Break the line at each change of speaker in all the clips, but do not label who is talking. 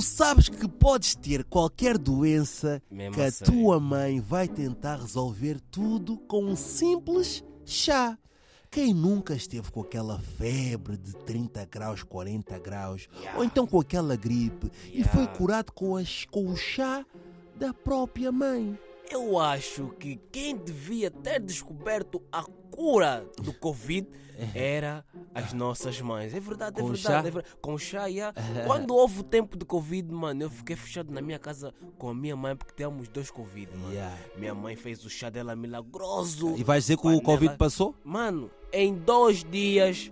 Sabes que podes ter qualquer doença
Mesmo assim,
que
é
a
a
sério.
tua mãe vai tentar resolver tudo com um simples chá. Quem nunca esteve com aquela febre de 30 graus, 40 graus,
Yeah.
ou então com aquela gripe e
Yeah.
foi curado com, as- com o chá da própria mãe?
Eu acho que quem devia ter descoberto a cura do Covid era as nossas mães. É verdade,
Com
é
o
verdade.
chá?
é verdade. Com chá, yeah. Quando houve o tempo do Covid, mano, eu fiquei fechado na minha casa com a minha mãe porque temos dois Covid, mano.
Yeah.
Minha mãe fez o chá dela milagroso.
E vais dizer que o
Panela.
Covid passou?
Mano, em dois dias,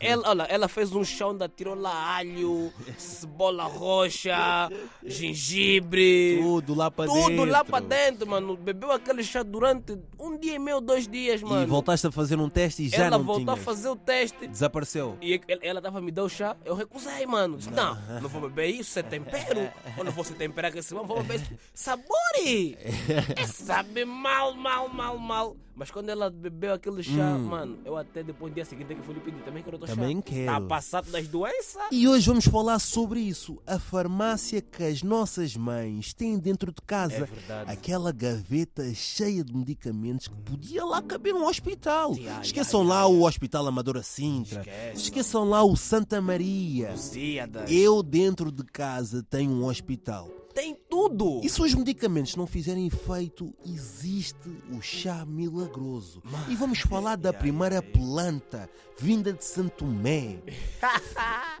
ela, olha, ela fez um chão da tirou lá alho, cebola roxa, gengibre.
Tudo lá para
Tudo
dentro.
lá para dentro, mano. Bebeu aquele chá durante um dia e meio, dois dias, mano.
E voltaste a fazer um teste e já
ela
não
voltou
tinhas.
a fazer o teste.
Desapareceu.
E ela- ela tava me deu o chá, eu recusei, mano. Disse, não, não vou beber isso, isso é tempero. Eu não vou se temperar com esse mano, vou beber isso. Sabore! É sabe mal, mal, mal, mal. Mas quando ela bebeu aquele chá, mano, eu até depois, no dia seguinte, é que fui lhe pedir também quero outro
Hum. Também
chá.
quero.
Tá passado das doenças?
E hoje vamos falar sobre isso. A farmácia que as nossas mães têm dentro de casa.
É verdade.
Aquela gaveta cheia de medicamentos que podia lá caber um hospital.
Ya,
Esqueçam
ya,
lá
ya,
o Hospital Amadora Sintra.
Esquece.
Esqueçam lá o Santa Maria.
Lusíadas.
Eu dentro de casa tenho um hospital.
Tem tudo.
E se os medicamentos não fizerem efeito, existe o chá milagroso. E vamos falar da primeira planta vinda de Santo Tomé.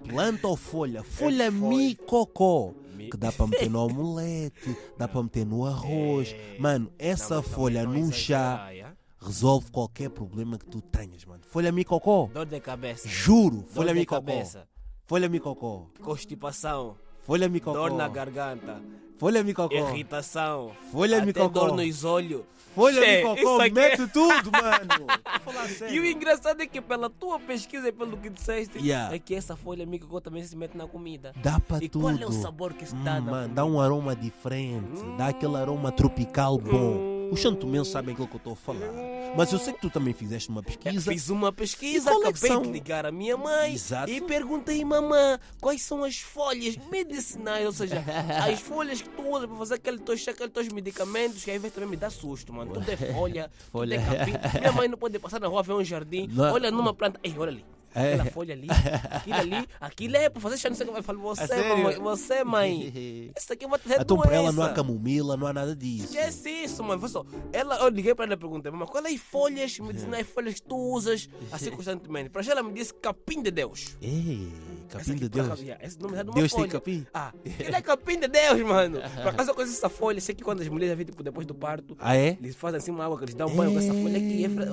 Planta ou folha? Folha micocó.
É Mi-
Que dá para meter no omelete, dá para meter no arroz. Mano, essa
É. Não, mas também
folha
não
num chá
exagerar, yeah?
resolve qualquer problema que tu tenhas, mano. Folha micocó.
Dor de cabeça.
Juro,
Dor
folha
de
micocó.
cabeça.
Folha micocó.
Constipação.
Folha micocó.
Dor na É garganta.
Folha micocó.
Irritação.
Folha
até
micocó.
dor nos olhos.
Folha
Che,
de
isso
cocô,
aqui é-
mete tudo, mano. Vou falar
E o
sério.
engraçado é que pela tua pesquisa e pelo que disseste,
Yeah.
é que essa folha micocó também se mete na comida.
Dá para
e
tudo.
qual é o sabor que se
Hum,
dá na
mano,
comida?
dá um aroma diferente. Dá aquele aroma tropical
Hum.
bom. Os santomenses sabem aquilo que eu estou a falar. Mas eu sei que tu também fizeste uma pesquisa.
É, Fiz uma pesquisa,
E qual é que
acabei
são?
de ligar à minha mãe
Exato.
e perguntei, mamã, quais são as folhas medicinais, ou seja, as folhas que tu usas para fazer aquele teu chá, aqueles teus medicamentos, que às vezes também me dá susto, mano. Tudo é folha,
Folha.
tudo é capim. Minha mãe não pode passar na rua ver um jardim,
Não.
olha numa planta, ei, olha ali.
É.
Aquela folha ali, aquilo ali, aquilo é para fazer chá, não sei o que. Eu falo, você,
sério?
mamãe, você, mãe, isso daqui vai trazer
É Então para ela não há
doença."
camomila, não há nada disso.
Esquece é isso, mano. Foi só. Ela, eu liguei para ela e perguntei, mas qual é as folhas medicinais, folhas que tu usas assim constantemente? Para já ela me disse capim de Deus.
Ei,
Essa
capim
aqui,
de
por
Deus.
acaso, yeah, Esse nome é de uma
Deus tem
folha.
capim?
Ah, ele é capim de Deus, mano. Por acaso eu conheço essa folha. Sei que quando as mulheres vêm tipo, depois do parto,
Ah, é?
eles fazem assim uma água que eles dão banho com essa folha aqui. É fra-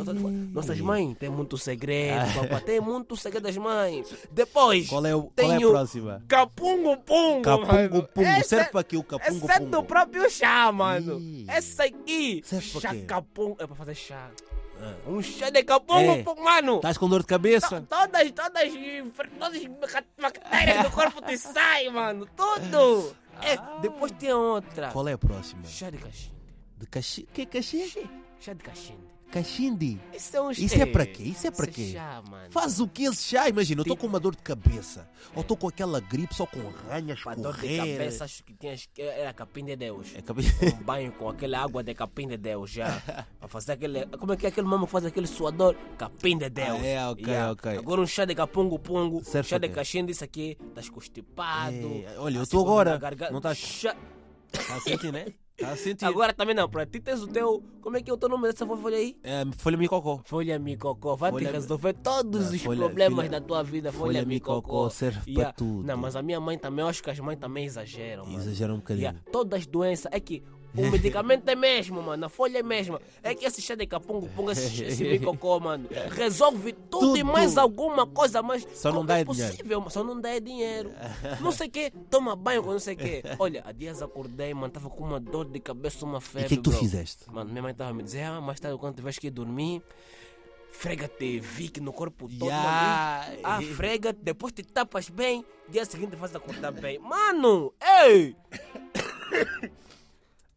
Nossas mães têm muito segredo, papá. Tem muito segredo das mães. Depois,
Qual é, o, qual é a
tenho
próxima?
capungo pungo.
Capungo pungo.
Esse
Serve
é-
para quê o capungo
essa é do
pungo?
próprio chá, mano.
Ih.
Essa aqui.
Serve pra
Chá
quê?
capum. É pra fazer chá. Um chá de capum,
É.
pô, mano.
Estás com dor de cabeça?
Todas, todas, todas as bactérias do corpo te saem, mano. Tudo. É, depois tem outra.
Qual é a próxima?
Chá de cachimbo.
De caxi... Que caxi?
Chá de cachimbo.
Caxindi.
Isso é um
Isso é
chá.
pra quê? Isso é pra quê?
chá, mano.
Faz o que esse chá? Imagina, eu estou com uma dor de cabeça. Ou estou com aquela gripe, só com ranhas,
Pra dor de
correr.
cabeça, acho que tinha, era capim de Deus.
É cabeça.
um banho com aquela água de capim de Deus já. Pra fazer aquele. Como é que é aquele mamão que faz aquele suador? Capim de Deus.
Ah, é, ok, ok.
Agora um chá de capungo-pungo,
Certo,
chá de
ok.
caixinha disso aqui, estás constipado.
É, olha, eu
assim,
tô
com dor
agora,
na garganta.
não tá- estás-
Chá- tá
Está a sentir, né? Está a sentir.
Agora também não, pra ti tens o teu. Como é que é o teu nome dessa folha aí?
É, folha micocó.
Folha Micocó, vai
Folha-
te resolver todos
Ah,
os
folha-
problemas
folha-
da tua vida. Folha,
folha
Micocó.
Micocó serve pra tudo.
Não, mas a minha mãe também, eu acho que as mães também exageram, mano.
Exagera um bocadinho.
Yeah, Todas as doenças. É que o medicamento é mesmo, mano. A folha é mesmo. É que esse chá de capungo, pungo, esse, esse bicocó, mano. Resolve tudo, e
Tudo.
mais alguma coisa, mas.
Só não
como
dá
é
é dinheiro.
possível, mano? Só não dá é dinheiro. Não sei o quê. Toma banho com não sei o quê. Olha, há dias acordei, mano. Tava com uma dor de cabeça, uma
E
febre.
o que é que tu
bro.
fizeste?
Mano, minha mãe tava me dizendo, ah, mais tarde quando tiveres que ir dormir, frega-te Vic no corpo todo.
Yeah.
mano. Ah, frega-te, depois te tapas bem, dia seguinte fazes acordar bem. Mano, ei!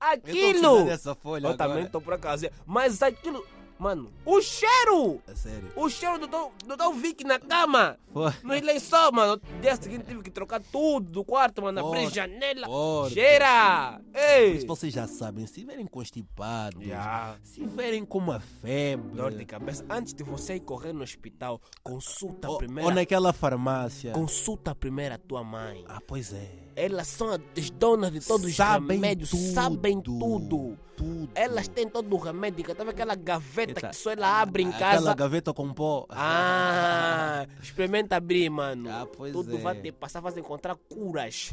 Eu tô precisando
Aquilo!
dessa folha
Eu também
agora.
tô por acaso. Mas aquilo Mano, o cheiro!
É sério.
O cheiro do teu, do teu Vic na cama!
Foi.
Nos lençóis, mano. No dia seguinte tive que trocar tudo do quarto, mano. Abrir
Porra.
janela.
Porra.
Cheira! Ei!
Isso vocês já sabem, se estiverem constipados,
Yeah.
se estiverem com uma febre,
É.
Dor de cabeça. Antes de você ir correr no hospital, consulta
ou,
primeiro.
ou naquela farmácia.
Consulta primeiro a tua mãe.
Ah, pois é.
Elas são as donas de todos os remédios, sabem tudo.
tudo.
Elas têm todo o remédio, que até aquela gaveta
Eita.
que só ela abre em
Aquela
casa.
gaveta com pó.
Ah, experimenta abrir, mano.
Ah, pois
Tudo
é.
vai te passar, vai encontrar curas.